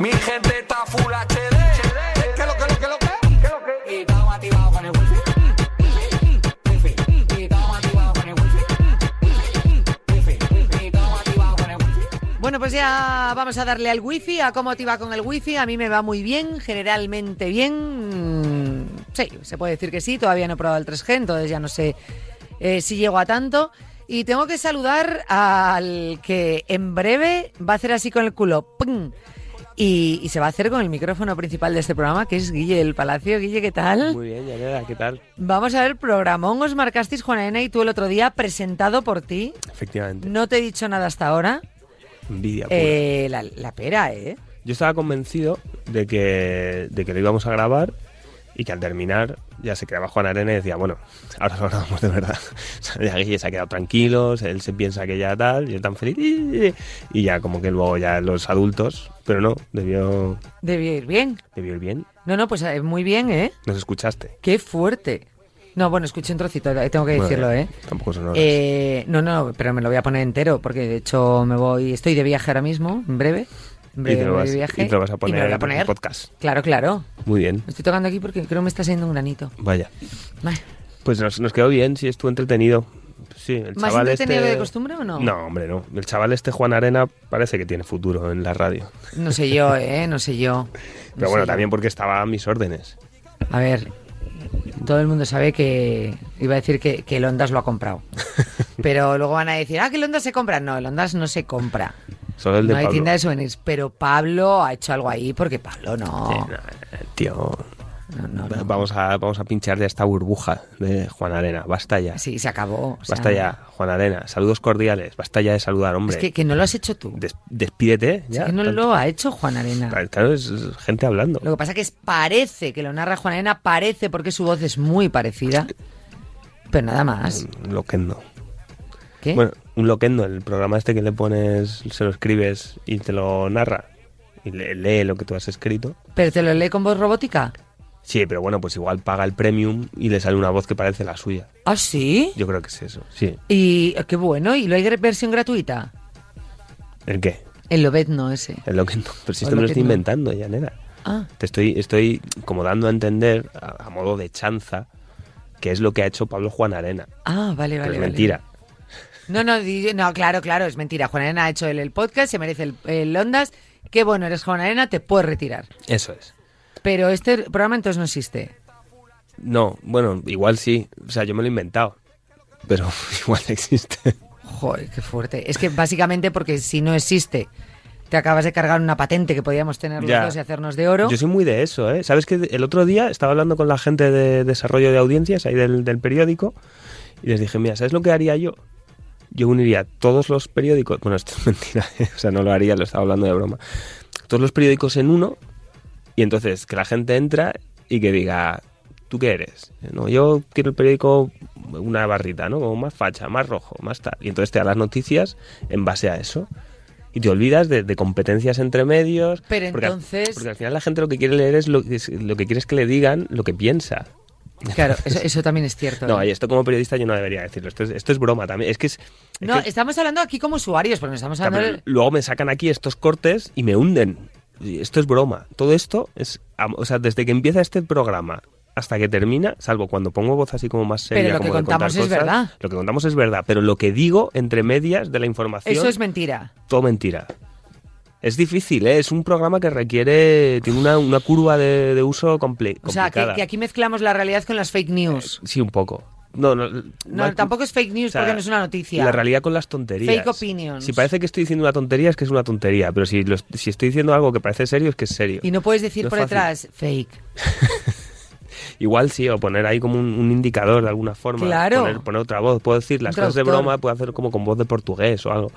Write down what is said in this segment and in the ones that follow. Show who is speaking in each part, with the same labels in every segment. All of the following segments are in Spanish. Speaker 1: Mi gente está full HD.
Speaker 2: ¿Qué es lo que, lo que, lo que?
Speaker 1: Y estamos activados con el wifi. Wifi. Y estamos activados con el wifi. Wifi. Y estamos activados con el wifi.
Speaker 3: Bueno, pues ya vamos a darle al wifi, a cómo te va con el wifi. A mí me va muy bien, generalmente bien. Mm, Sí, se puede decir que sí, todavía no he probado el 3G, entonces ya no sé eh, si llego a tanto. Y tengo que saludar al que en breve va a hacer así con el culo. ¡pum! Y, y se va a hacer con el micrófono principal de este programa, que es Guille del Palacio. Guille, ¿qué tal?
Speaker 4: Muy bien, Yanela, ¿qué tal?
Speaker 3: Vamos a ver, programón. Os marcasteis, Juana y tú el otro día, presentado por ti.
Speaker 4: Efectivamente.
Speaker 3: No te he dicho nada hasta ahora.
Speaker 4: Envidia pura.
Speaker 3: Eh, la, la pera, ¿eh?
Speaker 4: Yo estaba convencido de que, de que lo íbamos a grabar y que al terminar ya se quedaba Juan Arena y decía, bueno, ahora lo grabamos de verdad. O sea, ya Guille se ha quedado tranquilo, él se piensa que ya tal, y él tan feliz. Y ya como que luego ya los adultos, pero no, debió,
Speaker 3: Debió ir bien.
Speaker 4: debió ir bien.
Speaker 3: No, no, pues eh, muy bien, ¿eh?
Speaker 4: Nos escuchaste.
Speaker 3: Qué fuerte. No, bueno, escuché un trocito, eh, tengo que decirlo,
Speaker 4: Bueno,
Speaker 3: ¿eh?
Speaker 4: Tampoco son horas.
Speaker 3: Eh, no, no, pero me lo voy a poner entero, porque de hecho me voy, estoy de viaje ahora mismo, en breve. En breve
Speaker 4: te lo
Speaker 3: voy
Speaker 4: vas-
Speaker 3: de viaje.
Speaker 4: y te lo vas a
Speaker 3: me
Speaker 4: poner
Speaker 3: voy
Speaker 4: en el podcast.
Speaker 3: Claro, claro.
Speaker 4: Muy bien.
Speaker 3: Me estoy tocando aquí porque creo que me está saliendo un granito.
Speaker 4: Vaya.
Speaker 3: Vale.
Speaker 4: Pues nos, nos quedó bien, sí, estuvo entretenido. Sí, el
Speaker 3: ¿Más
Speaker 4: chaval
Speaker 3: entretenido
Speaker 4: este-
Speaker 3: de costumbre o no?
Speaker 4: No, hombre, no. El chaval este Juan Arena parece que tiene futuro en la radio.
Speaker 3: No sé yo, ¿eh? No sé yo. No
Speaker 4: Pero
Speaker 3: sé
Speaker 4: bueno,
Speaker 3: yo.
Speaker 4: también porque estaba a mis órdenes.
Speaker 3: A ver, todo el mundo sabe que iba a decir que, que el Ondas lo ha comprado. Pero luego van a decir, ah, que el Ondas se compra. No, el Ondas no se compra.
Speaker 4: Solo el de
Speaker 3: no hay
Speaker 4: Pablo.
Speaker 3: tienda de souvenirs. Pero Pablo ha hecho algo ahí porque Pablo no.
Speaker 4: Eh, Tío,
Speaker 3: no, no, no.
Speaker 4: vamos a, vamos a pinchar ya esta burbuja de Juan Arena. Basta ya.
Speaker 3: Sí, se acabó. o sea,
Speaker 4: Basta ya, Juan Arena. Saludos cordiales. Basta ya de saludar, hombre.
Speaker 3: Es que, que no lo has hecho tú.
Speaker 4: Des- despídete.
Speaker 3: Es
Speaker 4: ya.
Speaker 3: que no
Speaker 4: Tanto-
Speaker 3: lo ha hecho Juan Arena.
Speaker 4: Claro, es gente hablando.
Speaker 3: Lo que pasa que es parece que lo narra Juan Arena, parece porque su voz es muy parecida. Pero nada más.
Speaker 4: Loquendo.
Speaker 3: ¿Qué?
Speaker 4: Mm. Bueno, un loquendo, el programa este que le pones, se lo escribes y te lo narra. Y le- lee lo que tú has escrito.
Speaker 3: ¿Pero te lo lee con voz robótica?
Speaker 4: Sí, pero bueno, pues igual paga el premium y le sale una voz que parece la suya.
Speaker 3: ¿Ah, sí?
Speaker 4: Yo creo que es eso. Sí.
Speaker 3: Y eh, qué bueno, y lo hay gr- versión gratuita.
Speaker 4: ¿El qué?
Speaker 3: El Lobet no ese.
Speaker 4: El loquendo. Pero si
Speaker 3: O
Speaker 4: esto me
Speaker 3: loquendo.
Speaker 4: lo estoy inventando, Yanera.
Speaker 3: Ah,
Speaker 4: Te estoy, estoy como dando a entender, a, a modo de chanza, que es lo que ha hecho Pablo Juan Arena.
Speaker 3: ah, vale, vale.
Speaker 4: Pero es
Speaker 3: vale.
Speaker 4: mentira.
Speaker 3: No, no, di- no, claro, claro, es mentira. Juan Arena ha hecho el, el podcast, se merece el, el Ondas. Qué bueno, eres Juan Arena, te puedes retirar.
Speaker 4: Eso es.
Speaker 3: Pero este programa entonces no existe.
Speaker 4: No, bueno, igual sí. O sea, yo me lo he inventado. Pero igual existe.
Speaker 3: Joder, qué fuerte. Es que básicamente porque si no existe, te acabas de cargar una patente que podíamos tener los
Speaker 4: Ya.
Speaker 3: dos y hacernos de oro.
Speaker 4: Yo soy muy de eso, ¿eh? Sabes que el otro día estaba hablando con la gente de desarrollo de audiencias ahí del, del periódico y les dije, mira, ¿sabes lo que haría yo? Yo uniría todos los periódicos, bueno, esto es mentira, ¿eh? o sea, no lo haría, lo estaba hablando de broma, todos los periódicos en uno y entonces que la gente entra y que diga, ¿tú qué eres? No, yo quiero el periódico una barrita, ¿no? Como más facha, más rojo, más tal. Y entonces te da las noticias en base a eso. Y te olvidas de, de competencias entre medios.
Speaker 3: Pero
Speaker 4: porque al-
Speaker 3: entonces-
Speaker 4: porque al final la gente lo que quiere leer es lo, que es lo que quieres que le digan, lo que piensa.
Speaker 3: Claro, eso, eso también es cierto.
Speaker 4: No,
Speaker 3: ¿eh?
Speaker 4: y esto como periodista yo no debería decirlo. Esto es, esto es broma también. Es que es... es
Speaker 3: No,
Speaker 4: que-
Speaker 3: estamos hablando aquí como usuarios, porque nos estamos hablando...
Speaker 4: Claro, pero Luego me sacan aquí estos cortes y me hunden. Y Esto es broma. Todo esto es... am- O sea, desde que empieza este programa hasta que termina, salvo cuando pongo voz así como más
Speaker 3: Pero
Speaker 4: seria,
Speaker 3: lo que
Speaker 4: como de contar
Speaker 3: contamos es
Speaker 4: cosas,
Speaker 3: verdad.
Speaker 4: Lo que contamos es verdad, pero lo que digo entre medias de la información...
Speaker 3: Eso es mentira.
Speaker 4: todo mentira. Es difícil, ¿eh? es un programa que requiere, tiene una, una curva de, de uso comple-
Speaker 3: O sea, que,
Speaker 4: complicada.
Speaker 3: que aquí mezclamos la realidad con las fake news.
Speaker 4: Sí, un poco. No, no,
Speaker 3: No,
Speaker 4: mal-
Speaker 3: tampoco es fake news
Speaker 4: o sea,
Speaker 3: porque no es una noticia.
Speaker 4: La realidad con las tonterías.
Speaker 3: Fake opinions.
Speaker 4: Si parece que estoy diciendo una tontería, es que es una tontería. Pero si, lo- si estoy diciendo algo que parece serio, es que es serio.
Speaker 3: Y no puedes decir
Speaker 4: No es
Speaker 3: por
Speaker 4: fácil.
Speaker 3: detrás fake.
Speaker 4: Igual sí, o poner ahí como un, un indicador de alguna forma.
Speaker 3: Claro.
Speaker 4: Poner, poner otra voz. Puedo decir las
Speaker 3: Un
Speaker 4: cosas de
Speaker 3: traductor.
Speaker 4: broma, puedo hacer como con voz de portugués o algo.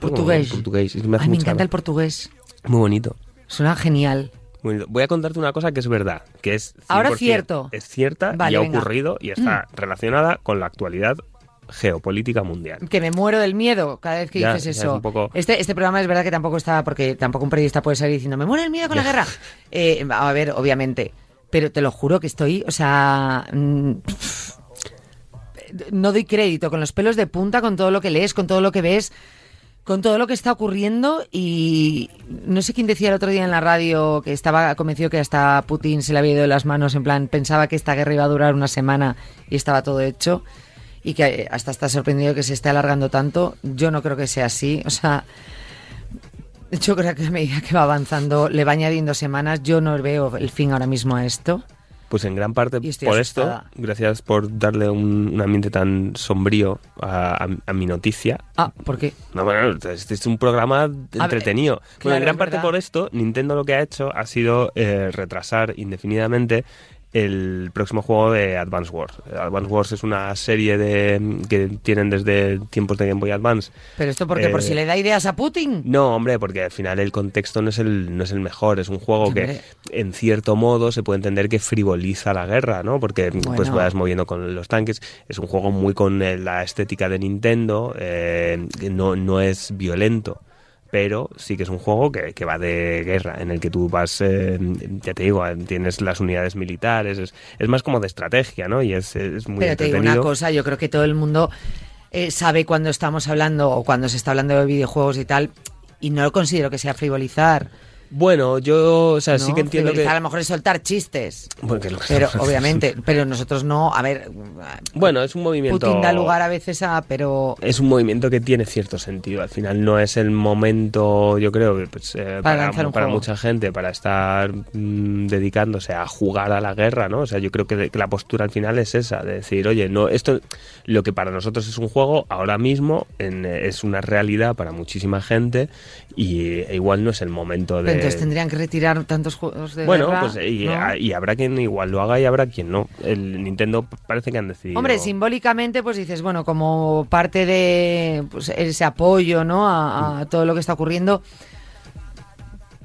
Speaker 3: Portugués.
Speaker 4: Como portugués. es que me hace
Speaker 3: Ay, me
Speaker 4: mucha
Speaker 3: encanta el
Speaker 4: gracia.
Speaker 3: portugués.
Speaker 4: Muy bonito.
Speaker 3: Suena genial.
Speaker 4: Muy bonito. Voy a contarte una cosa que es verdad, que es... 100%
Speaker 3: Ahora cierto.
Speaker 4: Es cierta
Speaker 3: Vale,
Speaker 4: y ha
Speaker 3: venga. Mm.
Speaker 4: ocurrido y está relacionada con la actualidad geopolítica mundial.
Speaker 3: Que me muero del miedo cada vez que
Speaker 4: Ya,
Speaker 3: dices
Speaker 4: ya,
Speaker 3: eso.
Speaker 4: es un poco-
Speaker 3: este, este programa es verdad que tampoco está, porque tampoco un periodista puede salir diciendo, me muero del miedo con la guerra. Eh, a ver, obviamente. Pero te lo juro que estoy, o sea... mm, pff, no doy crédito, con los pelos de punta, con todo lo que lees, con todo lo que ves. con todo lo que está ocurriendo y no sé quién decía el otro día en la radio que estaba convencido que hasta Putin se le había ido de las manos, en plan, pensaba que esta guerra iba a durar una semana y estaba todo hecho y que hasta está sorprendido que se esté alargando tanto. Yo no creo que sea así, o sea, yo creo que a medida que va avanzando le va añadiendo semanas, yo no veo el fin ahora mismo a esto.
Speaker 4: Pues en gran parte
Speaker 3: Y estoy
Speaker 4: por
Speaker 3: asustada.
Speaker 4: esto, gracias por darle un, un ambiente tan sombrío a, a- a mi noticia.
Speaker 3: Ah, porque
Speaker 4: No, bueno, este es un programa entretenido. bueno,
Speaker 3: claro,
Speaker 4: en gran
Speaker 3: es
Speaker 4: parte
Speaker 3: verdad.
Speaker 4: por esto, Nintendo lo que ha hecho ha sido eh, retrasar indefinidamente el próximo juego de Advance Wars. Eh, Advance Wars es una serie de que tienen desde tiempos de Game Boy Advance.
Speaker 3: Pero esto porque por
Speaker 4: Eh,
Speaker 3: si le da ideas a Putin.
Speaker 4: No, hombre, porque al final el contexto no es el, no es el mejor. Es un juego
Speaker 3: Hombre.
Speaker 4: que, en cierto modo, se puede entender que frivoliza la guerra, ¿no? Porque pues
Speaker 3: Bueno.
Speaker 4: vas moviendo con los tanques. Es un juego muy con eh, la estética de Nintendo. eh, que no, no es violento. Pero sí que es un juego que, que va de guerra, en el que tú vas, eh, ya te digo, tienes las unidades militares, es, es más como de estrategia, ¿no? Y es, es muy
Speaker 3: Pero te digo una
Speaker 4: entretenido.
Speaker 3: cosa, yo creo que todo el mundo eh, sabe cuando estamos hablando o cuando se está hablando de videojuegos y tal, y no lo considero que sea frivolizar.
Speaker 4: Bueno, yo, o sea, sí
Speaker 3: ¿no?
Speaker 4: que entiendo que...
Speaker 3: Frivolizar a lo mejor es soltar chistes.
Speaker 4: Bueno, que es lo que-
Speaker 3: Pero obviamente, pero nosotros no, a ver,
Speaker 4: Bueno, es un movimiento...
Speaker 3: Putin da lugar a veces a, pero
Speaker 4: es un movimiento que tiene cierto sentido. Al final no es el momento, yo creo, que, pues, eh, para,
Speaker 3: lanzar un
Speaker 4: para
Speaker 3: juego.
Speaker 4: mucha gente, para estar mm, dedicándose a jugar a la guerra, ¿no? O sea, yo creo que, que la postura al final es esa, de decir, oye, no, esto, lo que para nosotros es un juego, ahora mismo en, eh, es una realidad para muchísima gente y e igual no es el momento de...
Speaker 3: entonces tendrían que retirar tantos juegos de
Speaker 4: Eh, bueno,
Speaker 3: guerra,
Speaker 4: pues y,
Speaker 3: ¿no?
Speaker 4: a- y habrá quien igual lo haga y habrá quien no. El Nintendo parece que han decidido...
Speaker 3: Hombre, simbólicamente, pues dices, bueno, como parte de pues, ese apoyo, ¿no? A, a todo lo que está ocurriendo.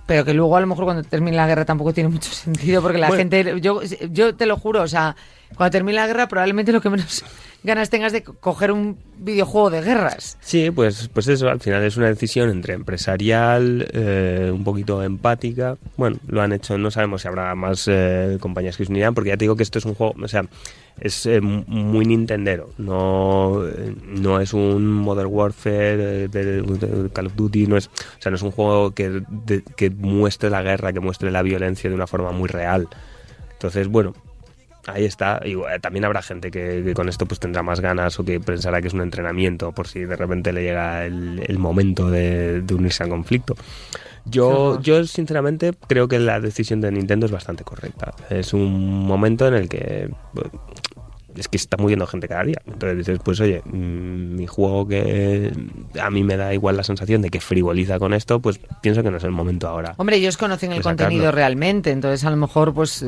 Speaker 3: Pero que luego, a lo mejor, cuando termine la guerra tampoco tiene mucho sentido, porque la
Speaker 4: Bueno.
Speaker 3: gente. Yo, yo te lo juro, o sea, cuando termine la guerra, probablemente lo que menos ganas tengas de co- coger un videojuego de guerras.
Speaker 4: Sí, pues, pues eso, al final es una decisión entre empresarial, eh, un poquito empática. Bueno, lo han hecho, no sabemos si habrá más eh, compañías que se unirán, porque ya te digo que esto es un juego, o sea, es eh, mu- muy Nintendero. No, eh, no es un Modern Warfare, eh, de- de Call of Duty, no es, o sea, no es un juego que, de- que muestre la guerra, que muestre la violencia de una forma muy real. Entonces, bueno, Ahí está. Y, bueno, también habrá gente que, que con esto pues tendrá más ganas o que pensará que es un entrenamiento por si de repente le llega el, el momento de, de unirse al conflicto. Yo,
Speaker 3: Ajá.
Speaker 4: yo sinceramente creo que la decisión de Nintendo es bastante correcta. Es un momento en el que bueno, es que se está muriendo gente cada día. Entonces dices, pues oye, mm, mi juego que a mí me da igual la sensación de que frivoliza con esto, pues pienso que no es el momento ahora.
Speaker 3: Hombre, ellos conocen el
Speaker 4: De sacarlo.
Speaker 3: contenido realmente, entonces, a lo mejor, pues,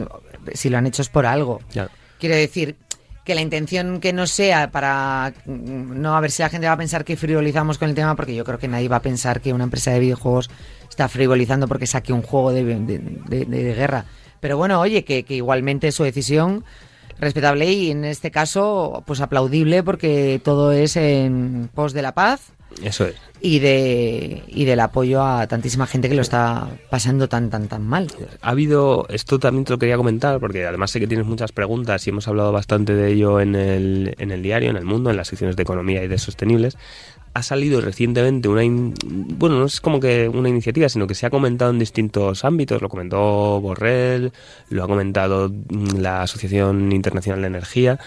Speaker 3: si lo han hecho es por algo.
Speaker 4: Ya.
Speaker 3: Quiero decir que la intención que no sea para mm, no a ver si la gente va a pensar que frivolizamos con el tema, porque yo creo que nadie va a pensar que una empresa de videojuegos está frivolizando porque saque un juego de, de- de- de guerra. Pero bueno, oye, que, que igualmente es su decisión respetable y en este caso, pues aplaudible porque todo es en pos de la paz
Speaker 4: Eso es.
Speaker 3: y de y del apoyo a tantísima gente que lo está pasando tan tan tan mal.
Speaker 4: Ha habido, esto también te lo quería comentar, porque además sé que tienes muchas preguntas y hemos hablado bastante de ello en el, en el diario, en el mundo, en las secciones de economía y de sostenibles. Ha salido recientemente una, in- bueno, no es como que una iniciativa, sino que se ha comentado en distintos ámbitos. Lo comentó Borrell, lo ha comentado mm, la Asociación Internacional de Energía,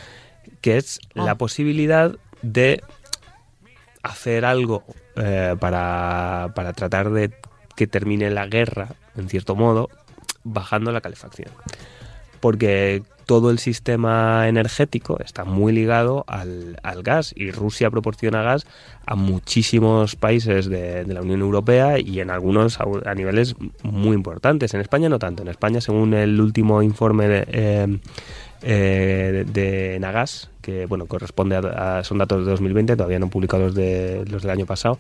Speaker 4: que es
Speaker 3: Ah.
Speaker 4: la posibilidad de hacer algo eh, para, para tratar de que termine la guerra, en cierto modo, bajando la calefacción. Porque todo el sistema energético está muy ligado al, al gas y Rusia proporciona gas a muchísimos países de, de la Unión Europea y en algunos a, a niveles muy importantes. En España no tanto. En España, según el último informe de, eh, eh, de Nagas, que bueno, corresponde a, a- son datos de 2020, todavía no publicados de los del año pasado.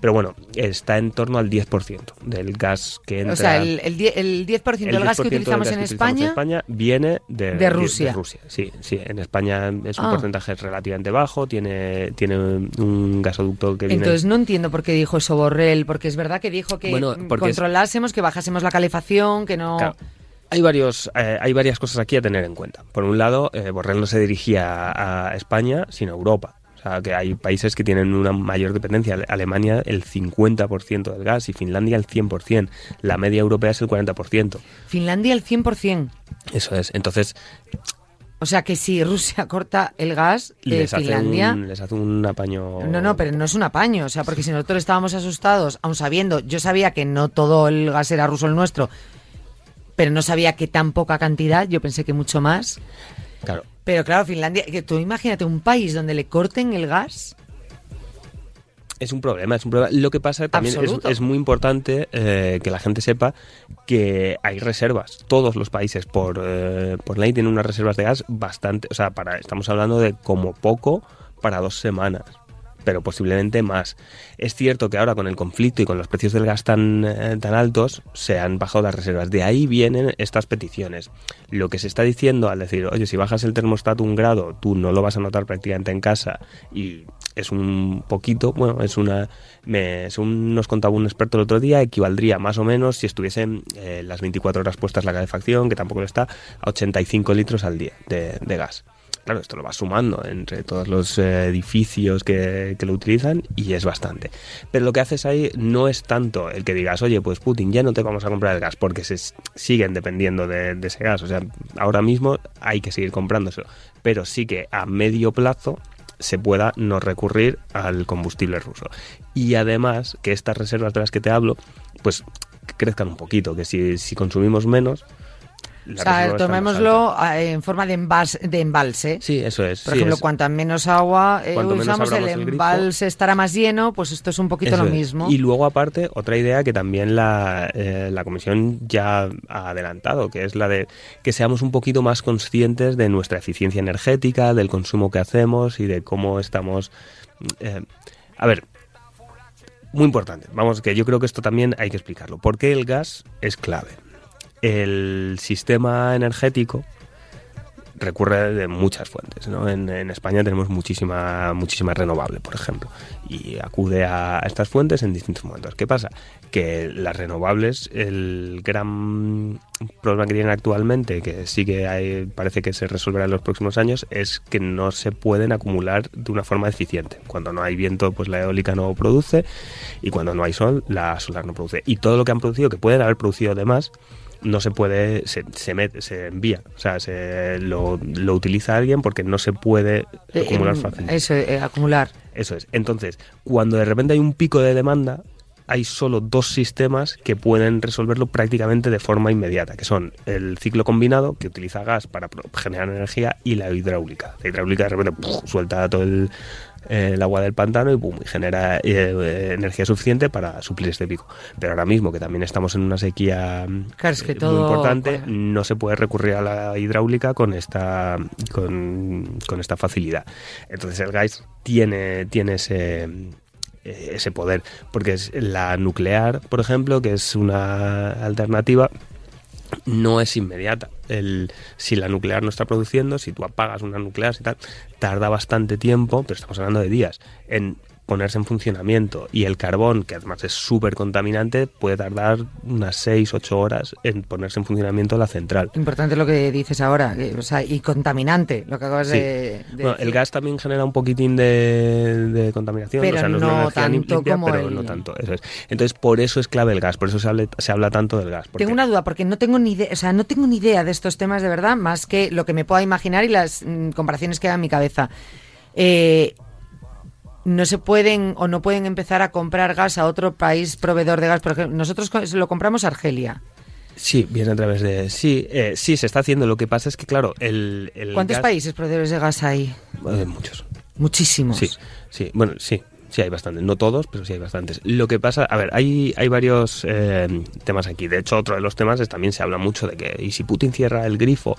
Speaker 4: Pero bueno, está en torno al 10% del gas que entra.
Speaker 3: O sea, el, el die- el 10%,
Speaker 4: El
Speaker 3: del gas que
Speaker 4: 10% del
Speaker 3: utilizamos
Speaker 4: gas
Speaker 3: en
Speaker 4: que
Speaker 3: España
Speaker 4: viene de,
Speaker 3: de Rusia.
Speaker 4: Sí, sí, en España es un
Speaker 3: Ah.
Speaker 4: porcentaje relativamente bajo, tiene, tiene un gasoducto que viene...
Speaker 3: Entonces no entiendo por qué dijo eso Borrell, porque es verdad que dijo que
Speaker 4: Bueno,
Speaker 3: mm,
Speaker 4: porque es-
Speaker 3: controlásemos, que bajásemos la calefacción, que no...
Speaker 4: Claro. Hay, varios, eh, hay varias cosas aquí a tener en cuenta. Por un lado, eh, Borrell no se dirigía a, a España, sino a Europa. O sea, sea, que hay países que tienen una mayor dependencia. Ale- Alemania el 50% del gas y Finlandia el 100%. La media europea es el 40%.
Speaker 3: Finlandia el 100%.
Speaker 4: Eso es. Entonces,
Speaker 3: O sea que si Rusia corta el gas, eh,
Speaker 4: les, hace
Speaker 3: Finlandia...
Speaker 4: un, les hace un apaño.
Speaker 3: No, no, pero no es un apaño, o sea, porque si nosotros estábamos asustados, aun sabiendo, yo sabía que no todo el gas era ruso el nuestro, pero no sabía que tan poca cantidad, yo pensé que mucho más.
Speaker 4: Claro.
Speaker 3: Pero claro, Finlandia, que tú imagínate un país donde le corten el gas,
Speaker 4: Es un problema, es un problema. Lo que pasa también es,
Speaker 3: Absoluto.
Speaker 4: es muy importante eh, que la gente sepa que hay reservas. Todos los países por, eh, por ley tienen unas reservas de gas bastante, o sea, para, estamos hablando de como poco para dos semanas, pero posiblemente más. Es cierto que ahora con el conflicto y con los precios del gas tan, eh, tan altos se han bajado las reservas. De ahí vienen estas peticiones. Lo que se está diciendo al decir, oye, si bajas el termostato un grado, tú no lo vas a notar prácticamente en casa y es un poquito, bueno, es una, me- según nos contaba un experto el otro día, equivaldría más o menos, si estuviesen eh, las 24 horas puestas la calefacción, que tampoco lo está, a 85 litros al día de, de gas. Claro, esto lo vas sumando entre todos los eh, edificios que, que lo utilizan y es bastante. Pero lo que haces ahí no es tanto el que digas, oye, pues Putin, ya no te vamos a comprar el gas, porque se s- siguen dependiendo de, de ese gas. O sea, ahora mismo hay que seguir comprándoselo. Pero sí que a medio plazo se pueda no recurrir al combustible ruso. Y además que estas reservas de las que te hablo, pues que crezcan un poquito, que si, si consumimos menos... la
Speaker 3: o sea,
Speaker 4: reserva está más alta.
Speaker 3: tomémoslo ah, en forma de, envas- de embalse.
Speaker 4: Sí, eso es.
Speaker 3: Por
Speaker 4: sí,
Speaker 3: ejemplo,
Speaker 4: es-
Speaker 3: cuanta menos agua eh,
Speaker 4: Cuanto menos
Speaker 3: usamos, el
Speaker 4: abramos el grifo.
Speaker 3: embalse estará más lleno, pues esto es un poquito
Speaker 4: Eso
Speaker 3: lo
Speaker 4: es.
Speaker 3: mismo.
Speaker 4: Y luego, aparte, otra idea que también la, eh, la Comisión ya ha adelantado, que es la de que seamos un poquito más conscientes de nuestra eficiencia energética, del consumo que hacemos y de cómo estamos. eh, a ver. Muy importante, vamos, que yo creo que esto también hay que explicarlo. ¿Por qué el gas es clave? El sistema energético recurre de muchas fuentes. ¿no? En, en España tenemos muchísima, muchísima renovable, por ejemplo, y acude a, a estas fuentes en distintos momentos. ¿Qué pasa? Que las renovables, el gran problema que tienen actualmente, que sí que hay- parece que se resolverá en los próximos años, es que no se pueden acumular de una forma eficiente. Cuando no hay viento, pues la eólica no produce, y cuando no hay sol, la solar no produce. Y todo lo que han producido, que pueden haber producido de más, no se puede, se, se mete, se envía, o sea, se lo, lo utiliza alguien porque no se puede
Speaker 3: Eh,
Speaker 4: acumular
Speaker 3: em,
Speaker 4: fácilmente.
Speaker 3: Eso, eh, acumular.
Speaker 4: Eso es. Entonces, cuando de repente hay un pico de demanda, hay solo dos sistemas que pueden resolverlo prácticamente de forma inmediata, que son el ciclo combinado, que utiliza gas para pro- generar energía, y la hidráulica. La hidráulica de repente ¡puf! suelta todo el, eh, el agua del pantano y, ¡pum! y genera eh, eh, energía suficiente para suplir este pico. Pero ahora mismo, que también estamos en una sequía mm,
Speaker 3: Claro, es que
Speaker 4: eh,
Speaker 3: todo-
Speaker 4: muy importante, no se puede recurrir a la hidráulica con esta con, con esta facilidad. Entonces el gas tiene, tiene ese eh, ese poder, porque es la nuclear, por ejemplo, que es una alternativa, no es inmediata. El, si la nuclear no está produciendo, si tú apagas una nuclear y tal, tarda bastante tiempo, pero estamos hablando de días, en ponerse en funcionamiento. Y el carbón, que además es súper contaminante, puede tardar unas 6, 8 horas en ponerse en funcionamiento la central.
Speaker 3: Importante lo que dices ahora, que, o sea, y contaminante, lo que acabas
Speaker 4: Sí.
Speaker 3: de, de
Speaker 4: Bueno, el
Speaker 3: decir.
Speaker 4: gas también genera un poquitín de, de contaminación,
Speaker 3: Pero
Speaker 4: o sea, no, es
Speaker 3: no
Speaker 4: una energía lim-
Speaker 3: tanto
Speaker 4: limpia,
Speaker 3: como
Speaker 4: pero
Speaker 3: el-
Speaker 4: no tanto. eso es. Entonces, por eso es clave el gas, por eso se, hable- se habla tanto del gas. porque-
Speaker 3: Tengo una duda porque no tengo ni idea, o sea, no tengo ni idea de estos temas de verdad, más que lo que me pueda imaginar y las mm, comparaciones que hay en mi cabeza. Eh, no se pueden o no pueden empezar a comprar gas a otro país proveedor de gas, porque nosotros co- se lo compramos a Argelia.
Speaker 4: Sí, viene a través de... Sí, eh, sí, se está haciendo. Lo que pasa es que, claro, el... el
Speaker 3: ¿Cuántos
Speaker 4: gas-
Speaker 3: países proveedores de gas hay?
Speaker 4: Eh, muchos.
Speaker 3: Muchísimos.
Speaker 4: Sí, sí, bueno, sí, sí hay bastantes, no todos, pero sí hay bastantes. Lo que pasa, a ver, hay, hay varios eh, temas aquí. De hecho, otro de los temas es también se habla mucho de que, ¿y si Putin cierra el grifo?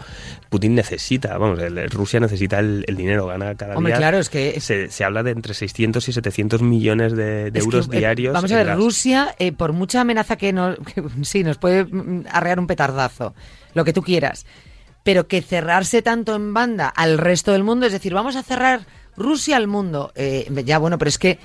Speaker 4: Putin necesita, vamos, el- Rusia necesita el, el dinero, gana cada
Speaker 3: Hombre,
Speaker 4: día.
Speaker 3: claro, es que
Speaker 4: Se, se habla de entre 600 y 700 millones de, de
Speaker 3: Es que,
Speaker 4: euros
Speaker 3: eh,
Speaker 4: diarios.
Speaker 3: Vamos a
Speaker 4: en
Speaker 3: ver,
Speaker 4: gas.
Speaker 3: Rusia, eh, por mucha amenaza que, nos, que sí, nos puede mm, arrear un petardazo, lo que tú quieras, pero que cerrarse tanto en banda al resto del mundo, es decir, vamos a cerrar Rusia al mundo, eh, ya bueno, pero es que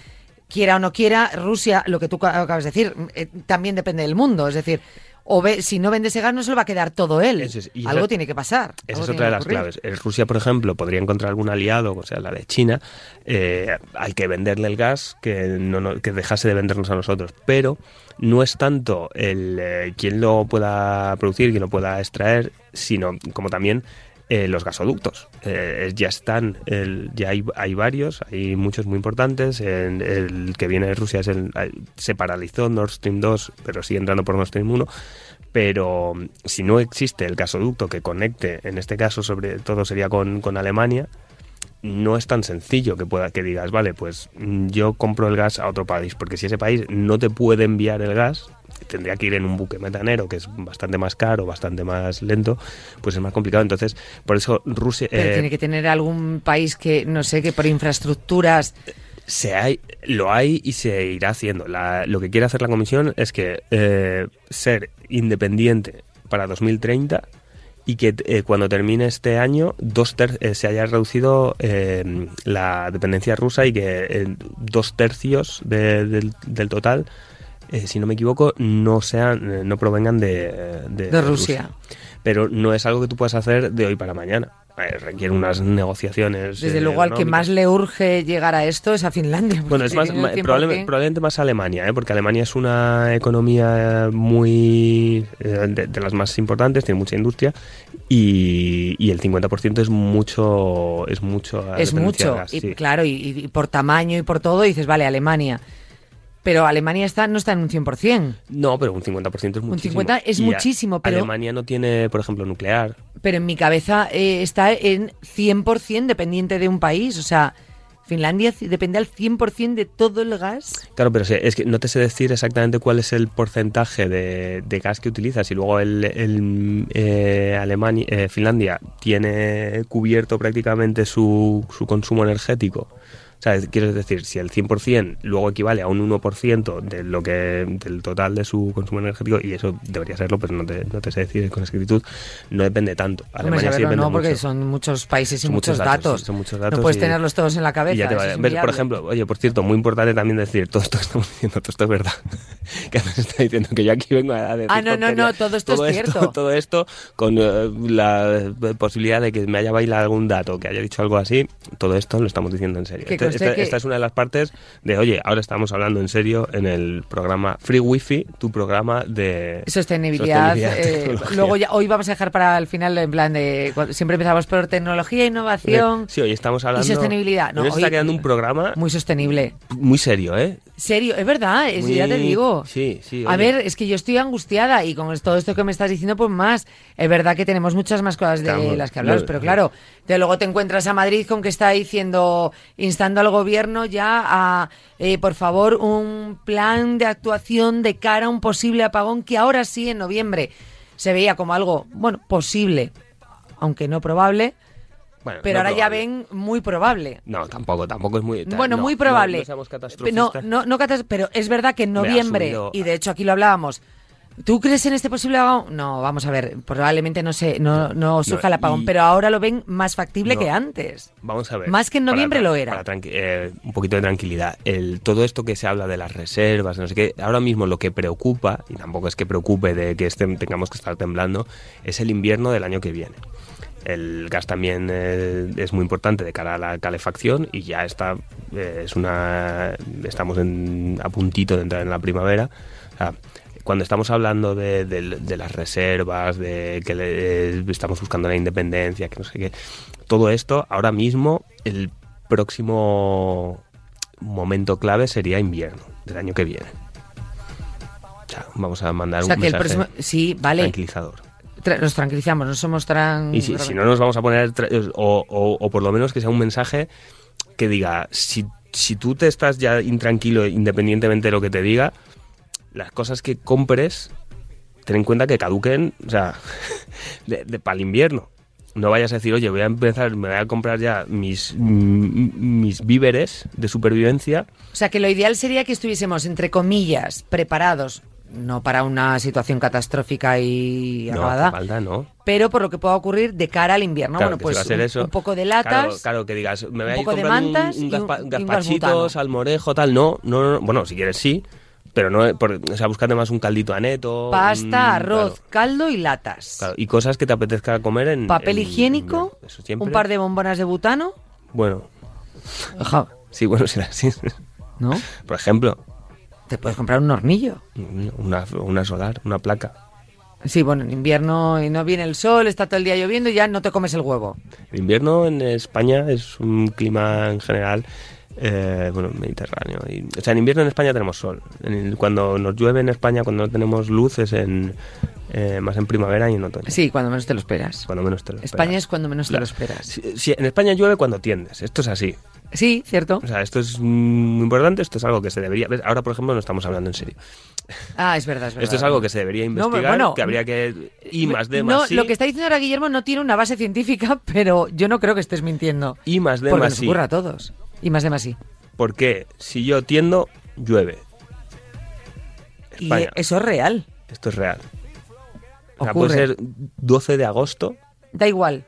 Speaker 3: quiera o no quiera, Rusia, lo que tú ca- acabas de decir, mm, eh, también depende del mundo, es decir... o ve- si no vende ese gas no se lo va a quedar todo él.
Speaker 4: Eso es, y
Speaker 3: Algo
Speaker 4: esa-
Speaker 3: tiene que pasar.
Speaker 4: Esa
Speaker 3: algo
Speaker 4: es
Speaker 3: tiene
Speaker 4: otra de
Speaker 3: que
Speaker 4: las
Speaker 3: ocurrir.
Speaker 4: claves. En Rusia, por ejemplo, podría encontrar algún aliado, o sea, la de China, eh, al que venderle el gas que, no, no- que dejase de vendernos a nosotros. Pero no es tanto el eh, quién lo pueda producir, quién lo pueda extraer, sino como también eh, los gasoductos. Eh, ya están, el- ya hay, hay varios, hay muchos muy importantes. En- el que viene de Rusia es el, se paralizó Nord Stream 2, pero sigue entrando por Nord Stream 1 pero mm, si no existe el gasoducto que conecte, en este caso sobre todo sería con, con Alemania, no es tan sencillo que pueda que digas, vale, pues mm, yo compro el gas a otro país, porque si ese país no te puede enviar el gas, tendría que ir en un buque metanero, que es bastante más caro, bastante más lento, pues es más complicado. Entonces, por eso Rusia...
Speaker 3: Pero
Speaker 4: eh,
Speaker 3: tiene que tener algún país que, no sé, que por infraestructuras.
Speaker 4: se hay, lo hay y se irá haciendo. La- lo que quiere hacer la comisión es que eh, ser independiente para 2030 y que eh, cuando termine este año dos ter- eh, se haya reducido eh, la dependencia rusa y que eh, dos tercios de- del, del total, eh, si no me equivoco, no sean eh, no provengan de,
Speaker 3: De Rusia.
Speaker 4: Pero no es algo que tú puedas hacer de hoy para mañana. Eh, requiere unas negociaciones.
Speaker 3: Desde
Speaker 4: eh,
Speaker 3: luego, al que más
Speaker 4: económicas.
Speaker 3: le urge llegar a esto es a Finlandia. porque
Speaker 4: Bueno, es
Speaker 3: si
Speaker 4: más,
Speaker 3: tiene
Speaker 4: ma-
Speaker 3: el 100%,
Speaker 4: probable- probablemente más Alemania, ¿eh? porque Alemania es una economía eh, muy eh, de, de las más importantes, tiene mucha industria y, y el 50% es mucho, es mucho. la
Speaker 3: es
Speaker 4: dependencia
Speaker 3: mucho.
Speaker 4: del gas,
Speaker 3: y
Speaker 4: sí.
Speaker 3: claro, y, y por tamaño y por todo dices, vale, Alemania. Pero Alemania está, no está en un 100%.
Speaker 4: No, pero un 50% es muchísimo.
Speaker 3: 50 es
Speaker 4: Y a-
Speaker 3: muchísimo, pero-
Speaker 4: Alemania no tiene, por ejemplo, nuclear.
Speaker 3: Pero en mi cabeza eh, está en 100% dependiente de un país. O sea, Finlandia c- depende al 100% de todo el gas.
Speaker 4: Claro, pero se- es que no te sé decir exactamente cuál es el porcentaje de, de gas que utilizas y luego el, el, eh, Alemania, eh, Finlandia tiene cubierto prácticamente su, su consumo energético. O sea, es- quiero decir, si el 100% luego equivale a un 1% de lo que, del total de su consumo energético, y eso debería serlo, pero no te, no te sé decir con exactitud, no depende tanto.
Speaker 3: Hombre,
Speaker 4: Alemania sí
Speaker 3: saberlo
Speaker 4: depende
Speaker 3: no, porque
Speaker 4: mucho.
Speaker 3: son muchos países y
Speaker 4: Son
Speaker 3: muchos,
Speaker 4: muchos
Speaker 3: datos.
Speaker 4: datos, sí, son muchos datos
Speaker 3: No puedes
Speaker 4: y-
Speaker 3: tenerlos todos en la
Speaker 4: Y
Speaker 3: cabeza.
Speaker 4: ya te
Speaker 3: eso
Speaker 4: vale.
Speaker 3: es
Speaker 4: ¿Ves? Por
Speaker 3: inviable.
Speaker 4: ejemplo, oye, por cierto, muy importante también decir, todo esto que estamos diciendo, todo esto es verdad. que nos está diciendo que yo aquí vengo a decir
Speaker 3: Ah, no, no,
Speaker 4: tonterías.
Speaker 3: no, todo esto es cierto.
Speaker 4: Todo esto con eh, la posibilidad de que me haya bailado algún dato, que haya dicho algo así, todo esto lo estamos diciendo en serio.
Speaker 3: Que
Speaker 4: Este-
Speaker 3: conste
Speaker 4: esta-
Speaker 3: que-
Speaker 4: Esta es una de las partes de, oye, ahora estamos hablando en serio en el programa Free Wifi, tu programa de...
Speaker 3: Sostenibilidad.
Speaker 4: sostenibilidad,
Speaker 3: eh,
Speaker 4: tecnología.
Speaker 3: luego ya, hoy vamos a dejar para el final, en plan de. cuando- Siempre empezamos por tecnología, innovación.
Speaker 4: Sí, hoy estamos hablando...
Speaker 3: sostenibilidad, no,
Speaker 4: nos está
Speaker 3: hoy-
Speaker 4: quedando un programa
Speaker 3: Muy sostenible.
Speaker 4: muy serio, ¿eh?
Speaker 3: Serio, es verdad, es-
Speaker 4: Muy-
Speaker 3: ya te digo.
Speaker 4: sí, sí,
Speaker 3: A
Speaker 4: oye.
Speaker 3: ver, es que yo estoy angustiada y con es- todo esto que me estás diciendo, pues más. Es verdad que tenemos muchas más cosas de
Speaker 4: Estamos-
Speaker 3: las que hablamos,
Speaker 4: no,
Speaker 3: pero
Speaker 4: no.
Speaker 3: claro, de luego te encuentras a Madrid con que está diciendo, instando al gobierno ya a, eh, por favor, un plan de actuación de cara a un posible apagón que ahora sí, en noviembre, se veía como algo, bueno, posible, aunque no probable,
Speaker 4: Bueno,
Speaker 3: pero
Speaker 4: no
Speaker 3: ahora ya
Speaker 4: probable.
Speaker 3: ven muy probable.
Speaker 4: No, tampoco, tampoco es muy.
Speaker 3: Bueno,
Speaker 4: no,
Speaker 3: muy
Speaker 4: no-
Speaker 3: probable.
Speaker 4: No, seamos
Speaker 3: no,
Speaker 4: catastrofistas.
Speaker 3: no, no catas- pero es verdad que en
Speaker 4: Hombre, ha
Speaker 3: noviembre,
Speaker 4: subido-
Speaker 3: y de hecho aquí lo hablábamos, ¿tú crees en este posible apagón? No, vamos a ver, probablemente no sé, no, no surja el apagón,
Speaker 4: y-
Speaker 3: pero ahora lo ven más factible
Speaker 4: No.
Speaker 3: que antes.
Speaker 4: Vamos a ver.
Speaker 3: Más que en
Speaker 4: para
Speaker 3: noviembre
Speaker 4: tra-
Speaker 3: lo era.
Speaker 4: para tranqui- eh, un poquito de tranquilidad. El, todo esto que se habla de las reservas, no sé qué, ahora mismo lo que preocupa, y tampoco es que preocupe de que estén- tengamos que estar temblando, es el invierno del año que viene. El gas también eh, es muy importante de cara a la calefacción y ya está, eh, es una, estamos en- a puntito de entrar en la primavera. O sea, cuando estamos hablando de, de- de las reservas, de que le- eh, estamos buscando la independencia, que no sé qué, todo esto, ahora mismo, el próximo momento clave sería invierno del año que viene. O sea, vamos a mandar
Speaker 3: O sea
Speaker 4: un
Speaker 3: que el
Speaker 4: mensaje
Speaker 3: próximo... Sí, vale,
Speaker 4: tranquilizador.
Speaker 3: tra- nos tranquilizamos, no somos tan...
Speaker 4: Y si, si no nos vamos a poner, tra- o, o- o por lo menos que sea un mensaje que diga, si, si tú te estás ya intranquilo independientemente de lo que te diga, las cosas que compres, ten en cuenta que caduquen, o sea, de, para el invierno. No vayas a decir, oye, voy a empezar, me voy a comprar ya mis, mm, mis víveres de supervivencia.
Speaker 3: O sea, que lo ideal sería que estuviésemos, entre comillas, preparados, no para una situación catastrófica y
Speaker 4: No,
Speaker 3: acabada,
Speaker 4: hace falta, no.
Speaker 3: pero por lo que pueda ocurrir de cara al invierno.
Speaker 4: Claro,
Speaker 3: bueno,
Speaker 4: que
Speaker 3: pues
Speaker 4: se va a hacer
Speaker 3: un,
Speaker 4: eso.
Speaker 3: un poco de latas.
Speaker 4: Claro, claro, que digas, me voy a ir
Speaker 3: poco de
Speaker 4: comprando un-
Speaker 3: mantas
Speaker 4: un,
Speaker 3: y un-
Speaker 4: gazpa-
Speaker 3: y un
Speaker 4: gazpachitos,
Speaker 3: galbutano.
Speaker 4: almorejo, tal. No, no, no, no. Bueno, si quieres sí, Pero no, por- o sea, búscate más un caldito aneto. un-
Speaker 3: Pasta, arroz,
Speaker 4: Mm, claro, mm,
Speaker 3: caldo y latas.
Speaker 4: claro, y cosas que te apetezca comer en.
Speaker 3: Papel
Speaker 4: en-
Speaker 3: higiénico,
Speaker 4: en- mm, eso siempre.
Speaker 3: un par de bombonas de butano.
Speaker 4: Bueno, sí, bueno, será así.
Speaker 3: ¿No?
Speaker 4: Por ejemplo,
Speaker 3: Te puedes comprar un hornillo.
Speaker 4: una, una solar, una placa.
Speaker 3: Sí, bueno, en invierno y no viene el sol, está todo el día lloviendo y ya no te comes el huevo.
Speaker 4: El invierno en España es un clima en general. eh, bueno, mediterráneo. Y- o sea, en invierno en España tenemos sol. En el- cuando nos llueve en España, cuando no tenemos luz, es en, eh, más en primavera y en otoño.
Speaker 3: Sí, cuando menos te lo esperas.
Speaker 4: Cuando menos te lo
Speaker 3: España
Speaker 4: esperas.
Speaker 3: es cuando menos te
Speaker 4: La-
Speaker 3: lo esperas.
Speaker 4: Si- si- en España llueve cuando tiendes. Esto es así.
Speaker 3: Sí, cierto.
Speaker 4: O sea, esto es muy importante, esto es algo que se debería... ¿ves? Ahora, por ejemplo, no estamos hablando en serio.
Speaker 3: Ah, es verdad, es verdad.
Speaker 4: Esto es algo que se debería
Speaker 3: No,
Speaker 4: investigar,
Speaker 3: bueno,
Speaker 4: que habría que... I más D
Speaker 3: No,
Speaker 4: más I,
Speaker 3: lo que está diciendo ahora Guillermo no tiene una base científica, pero yo no creo que estés mintiendo.
Speaker 4: I más D
Speaker 3: Porque
Speaker 4: más
Speaker 3: nos
Speaker 4: I.
Speaker 3: ocurre a todos. Y más de más sí.
Speaker 4: Porque si yo tiendo, llueve.
Speaker 3: Y
Speaker 4: España.
Speaker 3: eh, eso es real.
Speaker 4: Esto es real. O sea,
Speaker 3: Ocurre.
Speaker 4: puede ser 12 de agosto.
Speaker 3: Da igual.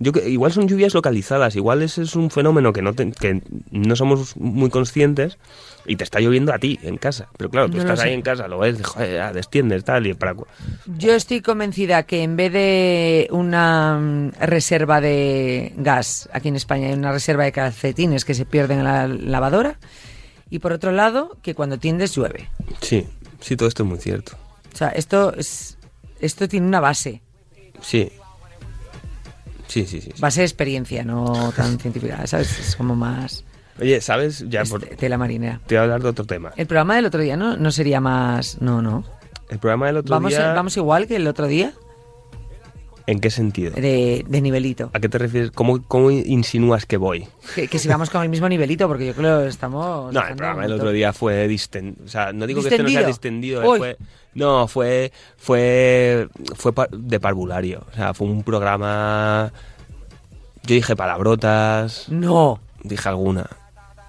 Speaker 4: Yo, que- igual son lluvias localizadas, igual ese es un fenómeno que no, te- que no somos muy conscientes y te está lloviendo a ti en casa. Pero claro, tú
Speaker 3: No lo
Speaker 4: estás
Speaker 3: sé.
Speaker 4: ahí en casa, lo ves, joder, ah, desciendes, tal, y para... cu-
Speaker 3: Yo estoy convencida que en vez de una mm, reserva de gas, aquí en España hay una reserva de calcetines que se pierden en la lavadora. Y por otro lado, que cuando tiendes llueve.
Speaker 4: Sí, sí, todo esto es muy cierto.
Speaker 3: O sea, esto, es, esto tiene una base.
Speaker 4: Sí. Sí, sí, sí. sí.
Speaker 3: Base de experiencia, no tan científica. ¿Sabes? Es como más
Speaker 4: Oye, ¿sabes? Ya
Speaker 3: es
Speaker 4: por-
Speaker 3: de- tela marinera.
Speaker 4: te voy a hablar de otro tema.
Speaker 3: El programa del otro día no, no sería más. No, no.
Speaker 4: El programa del otro
Speaker 3: Vamos, e,
Speaker 4: día...
Speaker 3: vamos igual que el otro día,
Speaker 4: ¿En qué sentido?
Speaker 3: de, de nivelito.
Speaker 4: ¿A qué te refieres? ¿Cómo, cómo insinúas que voy?
Speaker 3: Que, que si vamos con el mismo nivelito, porque yo creo que estamos.
Speaker 4: No, el
Speaker 3: dejando
Speaker 4: programa
Speaker 3: un
Speaker 4: el otro
Speaker 3: montón.
Speaker 4: día fue distendido. O sea, no digo que este no sea
Speaker 3: ¿Distendido?
Speaker 4: distendido. eh,
Speaker 3: Uy.
Speaker 4: Fue, no, fue, fue, fue par- de parvulario. O sea, fue un programa... Yo dije palabrotas,
Speaker 3: No.
Speaker 4: dije alguna,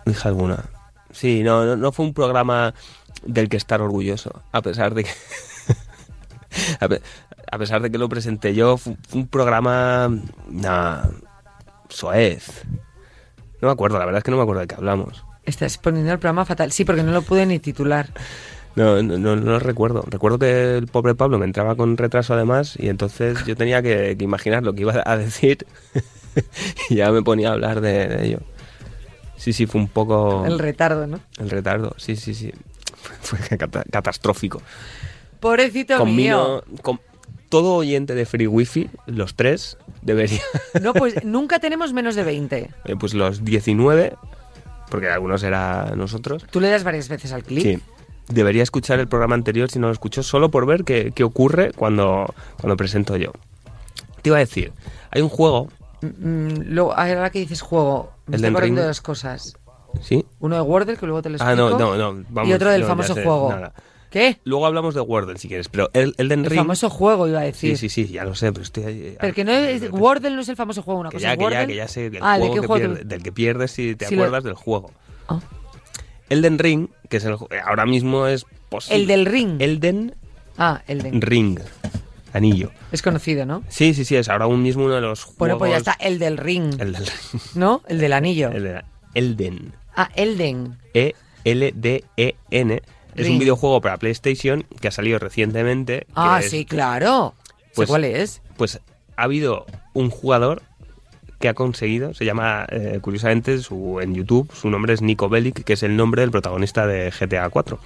Speaker 4: dije alguna. Sí, no, no, no fue un programa del que estar orgulloso, a pesar de que... a pe- a pesar de que lo presenté yo, fue fue un programa... Nah, soez. No me acuerdo, la verdad es que no me acuerdo de qué hablamos.
Speaker 3: Estás poniendo el programa fatal. Sí, porque no lo pude ni titular.
Speaker 4: No, no, no, no lo recuerdo. Recuerdo que el pobre Pablo me entraba con retraso además y entonces yo tenía que, que imaginar lo que iba a decir y ya me ponía a hablar de, de ello. Sí, sí, fue un poco
Speaker 3: El retardo, ¿no?
Speaker 4: el retardo. Sí, sí, sí. Fue cata- catastrófico.
Speaker 3: Pobrecito mío.
Speaker 4: Combino- com- todo oyente de Free Wifi, los tres, debería...
Speaker 3: No, pues nunca tenemos menos de 20.
Speaker 4: Eh, pues los 19, porque algunos era nosotros.
Speaker 3: Tú le das varias veces al clic.
Speaker 4: Sí. Debería escuchar el programa anterior si no lo escuchó, solo por ver qué, qué ocurre cuando, cuando presento yo. Te iba a decir, hay un juego,
Speaker 3: Mm, luego, ahora que dices juego, me estoy
Speaker 4: El del
Speaker 3: acordando
Speaker 4: ring.
Speaker 3: de dos cosas.
Speaker 4: ¿sí.
Speaker 3: Uno de Wordle, que luego te lo explico.
Speaker 4: Ah, no, no, no, vamos,
Speaker 3: y otro del
Speaker 4: no, ya
Speaker 3: famoso
Speaker 4: sé,
Speaker 3: juego.
Speaker 4: nada.
Speaker 3: ¿Qué?
Speaker 4: Luego hablamos de Wordle si quieres, pero el, Elden
Speaker 3: El
Speaker 4: Ring.
Speaker 3: famoso juego, iba a decir.
Speaker 4: Sí, sí, Ah, sí, ya lo sé, pero estoy. ahí-
Speaker 3: Porque no es, Wordle no es el famoso juego, una
Speaker 4: Que
Speaker 3: cosa
Speaker 4: ya,
Speaker 3: es
Speaker 4: que
Speaker 3: Wordle.
Speaker 4: ya, que ya sé el
Speaker 3: ah,
Speaker 4: juego
Speaker 3: ¿de qué
Speaker 4: que
Speaker 3: juego?
Speaker 4: pierde- del que pierdes si te
Speaker 3: Si lo-
Speaker 4: acuerdas del juego.
Speaker 3: Ah.
Speaker 4: Elden Ring, que es el ju- ahora mismo es posible.
Speaker 3: El del ring.
Speaker 4: Elden
Speaker 3: Ah, el de...
Speaker 4: Ring. Anillo.
Speaker 3: Es conocido, ¿no?
Speaker 4: Sí, sí, sí, es ahora un mismo uno de los
Speaker 3: Bueno, pues ya
Speaker 4: juegos-
Speaker 3: está, el del ring,
Speaker 4: El del-
Speaker 3: ¿no? El del anillo.
Speaker 4: el de- Elden. E
Speaker 3: Ah, Elden.
Speaker 4: E-L-D-E-N. E Es
Speaker 3: Ring.
Speaker 4: un videojuego para PlayStation que ha salido recientemente. que
Speaker 3: Ah,
Speaker 4: es-
Speaker 3: sí, claro.
Speaker 4: Pues-
Speaker 3: sé cuál es.
Speaker 4: Pues ha habido un jugador que ha conseguido, se llama, eh, curiosamente, su, en YouTube, su nombre es Nico Bellic, que es el nombre del protagonista de GTA 4.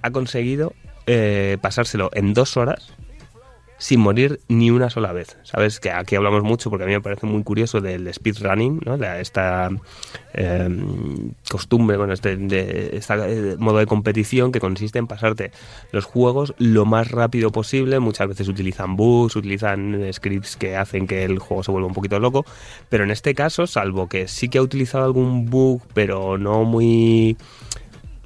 Speaker 4: Ha conseguido eh, pasárselo en dos horas sin morir ni una sola vez. Sabes que aquí hablamos mucho porque a mí me parece muy curioso del speedrunning, ¿no? La- esta eh, costumbre, bueno, este de- esta, eh, modo de competición que consiste en pasarte los juegos lo más rápido posible. Muchas veces utilizan bugs, utilizan eh, scripts que hacen que el juego se vuelva un poquito loco, pero en este caso, salvo que sí que ha utilizado algún bug, pero no muy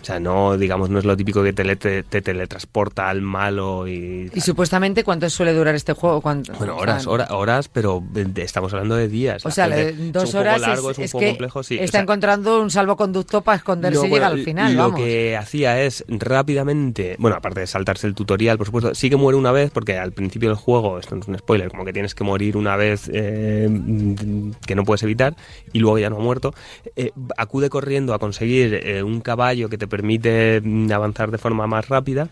Speaker 4: o sea, no, digamos, no es lo típico que tele- te, te teletransporta al malo y...
Speaker 3: Y supuestamente, ¿cuánto suele durar este juego? ¿Cuánto-
Speaker 4: Bueno,
Speaker 3: o sea,
Speaker 4: horas, horas, horas, pero eh, de- estamos hablando de días.
Speaker 3: O sea,
Speaker 4: Hace-
Speaker 3: le-
Speaker 4: es un
Speaker 3: dos
Speaker 4: juego
Speaker 3: horas
Speaker 4: largo,
Speaker 3: es,
Speaker 4: un
Speaker 3: es
Speaker 4: juego
Speaker 3: que
Speaker 4: complejo, sí. o
Speaker 3: está
Speaker 4: sea,
Speaker 3: encontrando un salvoconducto para esconderse
Speaker 4: lo-
Speaker 3: y llega
Speaker 4: bueno,
Speaker 3: al final,
Speaker 4: Lo
Speaker 3: vamos.
Speaker 4: que hacía es rápidamente, bueno, aparte de saltarse el tutorial, por supuesto, sí que muere una vez, porque al principio del juego, esto no es un spoiler, como que tienes que morir una vez eh, que no puedes evitar, y luego ya no ha muerto, eh, acude corriendo a conseguir eh, un caballo que te permite mm, avanzar de forma más rápida.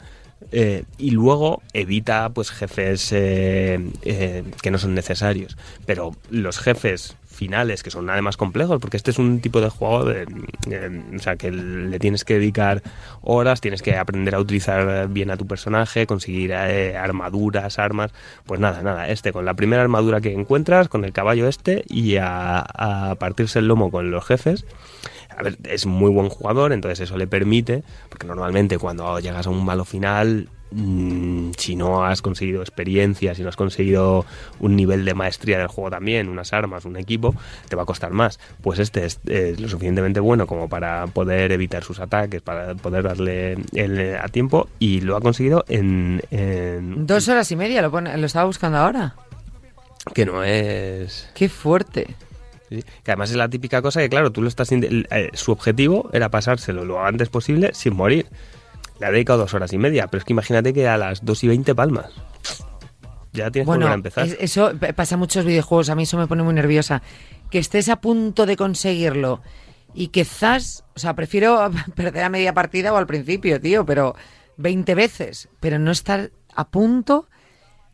Speaker 4: eh, y luego evita pues jefes eh, eh, que no son necesarios. Pero los jefes finales, que son además complejos, porque este es un tipo de juego de, eh, o sea, que le tienes que dedicar horas, tienes que aprender a utilizar bien a tu personaje, conseguir eh, armaduras, armas, pues nada, nada, este con la primera armadura que encuentras, con el caballo este y a, a partirse el lomo con los jefes. A ver, es muy buen jugador, entonces eso le permite, porque normalmente cuando llegas a un malo final, mm, si no has conseguido experiencia, si no has conseguido un nivel de maestría del juego también, unas armas, un equipo, te va a costar más. Pues este es, eh, lo suficientemente bueno como para poder evitar sus ataques, para poder darle el- a tiempo, y lo ha conseguido en... en-
Speaker 3: Dos horas y media, lo, pone- lo estaba buscando ahora.
Speaker 4: que no es...
Speaker 3: Qué fuerte.
Speaker 4: Sí, Que además es la típica cosa que, claro, tú lo estás. int- eh, su objetivo era pasárselo lo antes posible sin morir. Le ha dedicado dos horas y media, pero es que imagínate que a las 2 y 20 palmas. Ya tienes que volver
Speaker 3: Bueno,
Speaker 4: a empezar.
Speaker 3: es- eh, eso p- pasa en muchos videojuegos, a mí eso me pone muy nerviosa. Que estés a punto de conseguirlo y quizás, o sea, prefiero perder a media partida o al principio, tío, pero 20 veces, pero no estar a punto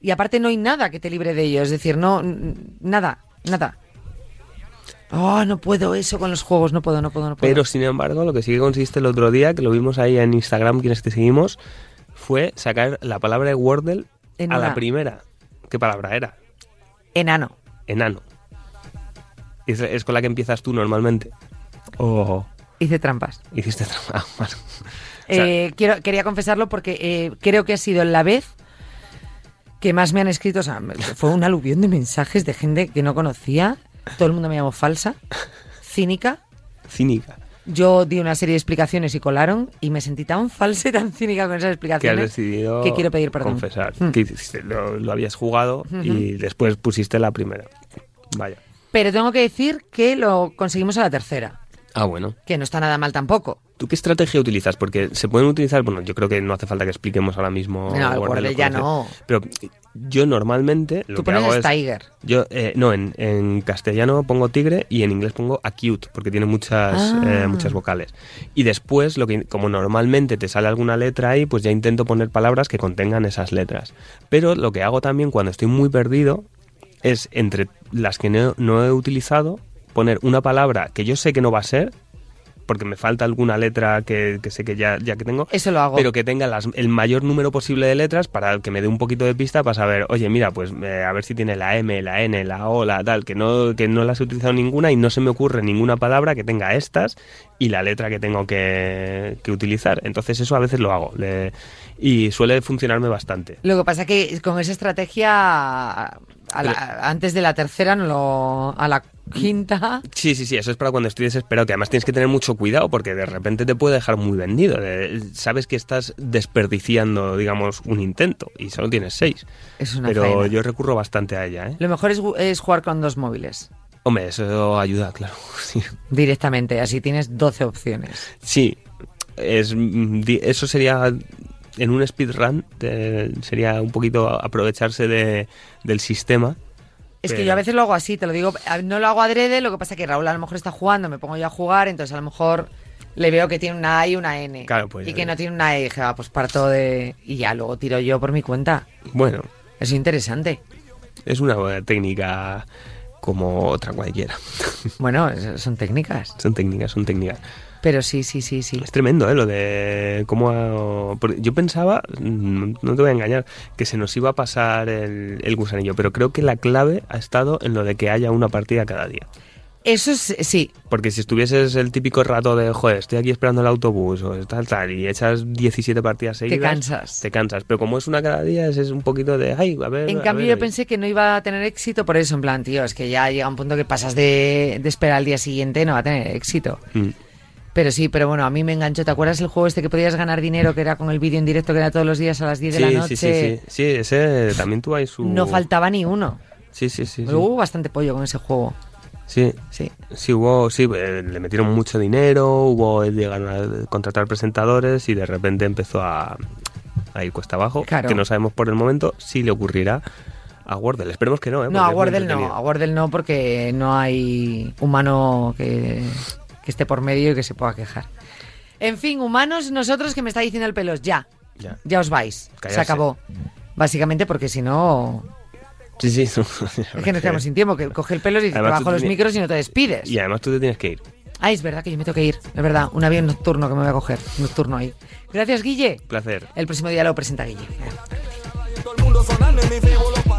Speaker 3: y aparte no hay nada que te libre de ello, es decir, no, n- nada, nada. Oh, no puedo eso con los juegos, no puedo, no puedo, no puedo.
Speaker 4: Pero sin embargo, lo que sí que consiste el otro día, que lo vimos ahí en Instagram, quienes te seguimos, fue sacar la palabra de Wordle
Speaker 3: En
Speaker 4: a
Speaker 3: una.
Speaker 4: la primera. ¿Qué palabra era?
Speaker 3: Enano.
Speaker 4: Enano. Es, es con la que empiezas tú normalmente.
Speaker 3: Oh.
Speaker 4: O
Speaker 3: Hice trampas.
Speaker 4: hiciste trabajo. O sea,
Speaker 3: Eh, quiero, quería confesarlo porque eh, creo que ha sido la vez que más me han escrito. O sea, me- fue un aluvión de mensajes de gente que no conocía. Todo el mundo me llamó falsa, cínica.
Speaker 4: cínica.
Speaker 3: Yo di una serie de explicaciones y colaron y me sentí tan falsa y tan cínica con esas
Speaker 4: que has
Speaker 3: explicaciones
Speaker 4: decidido
Speaker 3: que quiero pedir perdón. Hmm,
Speaker 4: confesar
Speaker 3: Mm.
Speaker 4: que hiciste- lo, lo habías jugado y después pusiste la primera vaya
Speaker 3: Pero tengo que decir que lo conseguimos a la tercera,
Speaker 4: ah bueno
Speaker 3: que no está nada mal tampoco.
Speaker 4: ¿Tú qué estrategia utilizas? Porque se pueden utilizar, bueno, yo creo que no hace falta que expliquemos ahora mismo.
Speaker 3: No, el
Speaker 4: guardarlo,
Speaker 3: Wordle ya
Speaker 4: conocer.
Speaker 3: no.
Speaker 4: Pero yo normalmente lo
Speaker 3: Tú
Speaker 4: que
Speaker 3: pones
Speaker 4: hago es...
Speaker 3: Tiger.
Speaker 4: Yo, eh, no, en, en castellano pongo tigre y en inglés pongo acute, porque tiene muchas,
Speaker 3: Ah.
Speaker 4: eh, muchas vocales. Y después, lo que, como normalmente te sale alguna letra ahí, pues ya intento poner palabras que contengan esas letras. Pero lo que hago también cuando estoy muy perdido es entre las que no, no he utilizado poner una palabra que yo sé que no va a ser, porque me falta alguna letra que, que sé que ya, ya que tengo,
Speaker 3: Eso lo hago.
Speaker 4: pero que tenga las- el mayor número posible de letras para que me dé un poquito de pista para saber, oye, mira, pues eh, a ver si tiene la M, la N, la O, la tal, que no, que no las he utilizado ninguna y no se me ocurre ninguna palabra que tenga estas y la letra que tengo que, que utilizar. Entonces eso a veces lo hago le- y suele funcionarme bastante.
Speaker 3: Lo que pasa que con esa estrategia, a la- antes de la tercera, no lo, a la quinta.
Speaker 4: Sí, sí, sí, eso es para cuando estoy desesperado, que además tienes que tener mucho cuidado porque de repente te puede dejar muy vendido. de- sabes que estás desperdiciando, digamos, un intento y solo tienes seis.
Speaker 3: Es una
Speaker 4: Pero
Speaker 3: faena.
Speaker 4: yo recurro bastante a ella, ¿eh?
Speaker 3: Lo mejor es, gu- es jugar con dos móviles
Speaker 4: Hombre, eso ayuda, claro. Sí,
Speaker 3: directamente, así tienes 12 opciones.
Speaker 4: Sí, es, mm, di- eso sería en un speedrun, te- sería un poquito a- aprovecharse de- del sistema.
Speaker 3: Es que
Speaker 4: Pero-
Speaker 3: yo a veces lo hago así, te lo digo, a- no lo hago adrede, lo que pasa que Raúl a lo mejor está jugando, me pongo yo a jugar, entonces a lo mejor le veo que tiene una A y una N.
Speaker 4: Claro, pues,
Speaker 3: y que
Speaker 4: eh.
Speaker 3: no tiene una E, dije, ah, pues parto de... Y ya luego tiro yo por mi cuenta.
Speaker 4: Bueno,
Speaker 3: Es interesante.
Speaker 4: es una buena técnica como otra cualquiera.
Speaker 3: Bueno, es- son técnicas.
Speaker 4: Son técnicas, son técnicas.
Speaker 3: Pero sí, sí, sí, sí.
Speaker 4: Es tremendo, ¿eh? Lo de cómo... ha- porque Yo pensaba, mm, no te voy a engañar, que se nos iba a pasar el, el gusanillo, pero creo que la clave ha estado en lo de que haya una partida cada día.
Speaker 3: Eso es, sí,
Speaker 4: Porque si estuvieses el típico rato de, joder, estoy aquí esperando el autobús o tal, tal, y echas 17 partidas seguidas...
Speaker 3: cansas.
Speaker 4: Te cansas. Pero como es una cada día, es, es un poquito de, ay, a ver...
Speaker 3: En
Speaker 4: a
Speaker 3: cambio, yo
Speaker 4: ver, y-
Speaker 3: pensé que no iba a tener éxito por eso. En plan, tío, es que ya llega un punto que pasas de, de esperar al día siguiente, no va a tener éxito.
Speaker 4: Mm.
Speaker 3: Pero sí, pero bueno, a mí me enganchó. ¿Te acuerdas el juego este que podías ganar dinero, que era con el vídeo en directo, que era todos los días a las 10
Speaker 4: Sí,
Speaker 3: de la noche?
Speaker 4: sí, sí, sí. Sí, ese también tú hay su...
Speaker 3: No faltaba Uh. ni uno.
Speaker 4: Sí, sí, sí. Ah,
Speaker 3: Pero
Speaker 4: Sí,
Speaker 3: hubo bastante pollo con ese juego.
Speaker 4: sí.
Speaker 3: Sí.
Speaker 4: Sí, hubo, sí, eh, le metieron mucho dinero, hubo, eh, llegaron a contratar presentadores y de repente empezó a, a ir cuesta abajo,
Speaker 3: Claro.
Speaker 4: que no sabemos por el momento si le ocurrirá a Wordle. Esperemos que no, ¿eh?
Speaker 3: No, a
Speaker 4: Porque es muy
Speaker 3: Wordle no,
Speaker 4: entretenido.
Speaker 3: a Wordle no, porque no hay humano que, que esté por medio y que se pueda quejar. En fin, humanos, nosotros que me está diciendo el pelos, ya,
Speaker 4: Ya.
Speaker 3: ya os vais. Se
Speaker 4: Callarse.
Speaker 3: acabó. Básicamente porque si no,
Speaker 4: Sí, sí.
Speaker 3: es que nos quedamos sin tiempo, que coge el pelo y dice,
Speaker 4: Además, tú
Speaker 3: bajo los
Speaker 4: tienes-
Speaker 3: micros y no te despides.
Speaker 4: Y además tú te tienes que ir.
Speaker 3: Ah, es verdad que yo me tengo que ir, es verdad, un avión nocturno que me voy a coger, nocturno ahí. Gracias, Guille.
Speaker 4: Placer.
Speaker 3: El próximo día lo presenta Guille.
Speaker 1: Todo el mundo sonando en mi cebo, los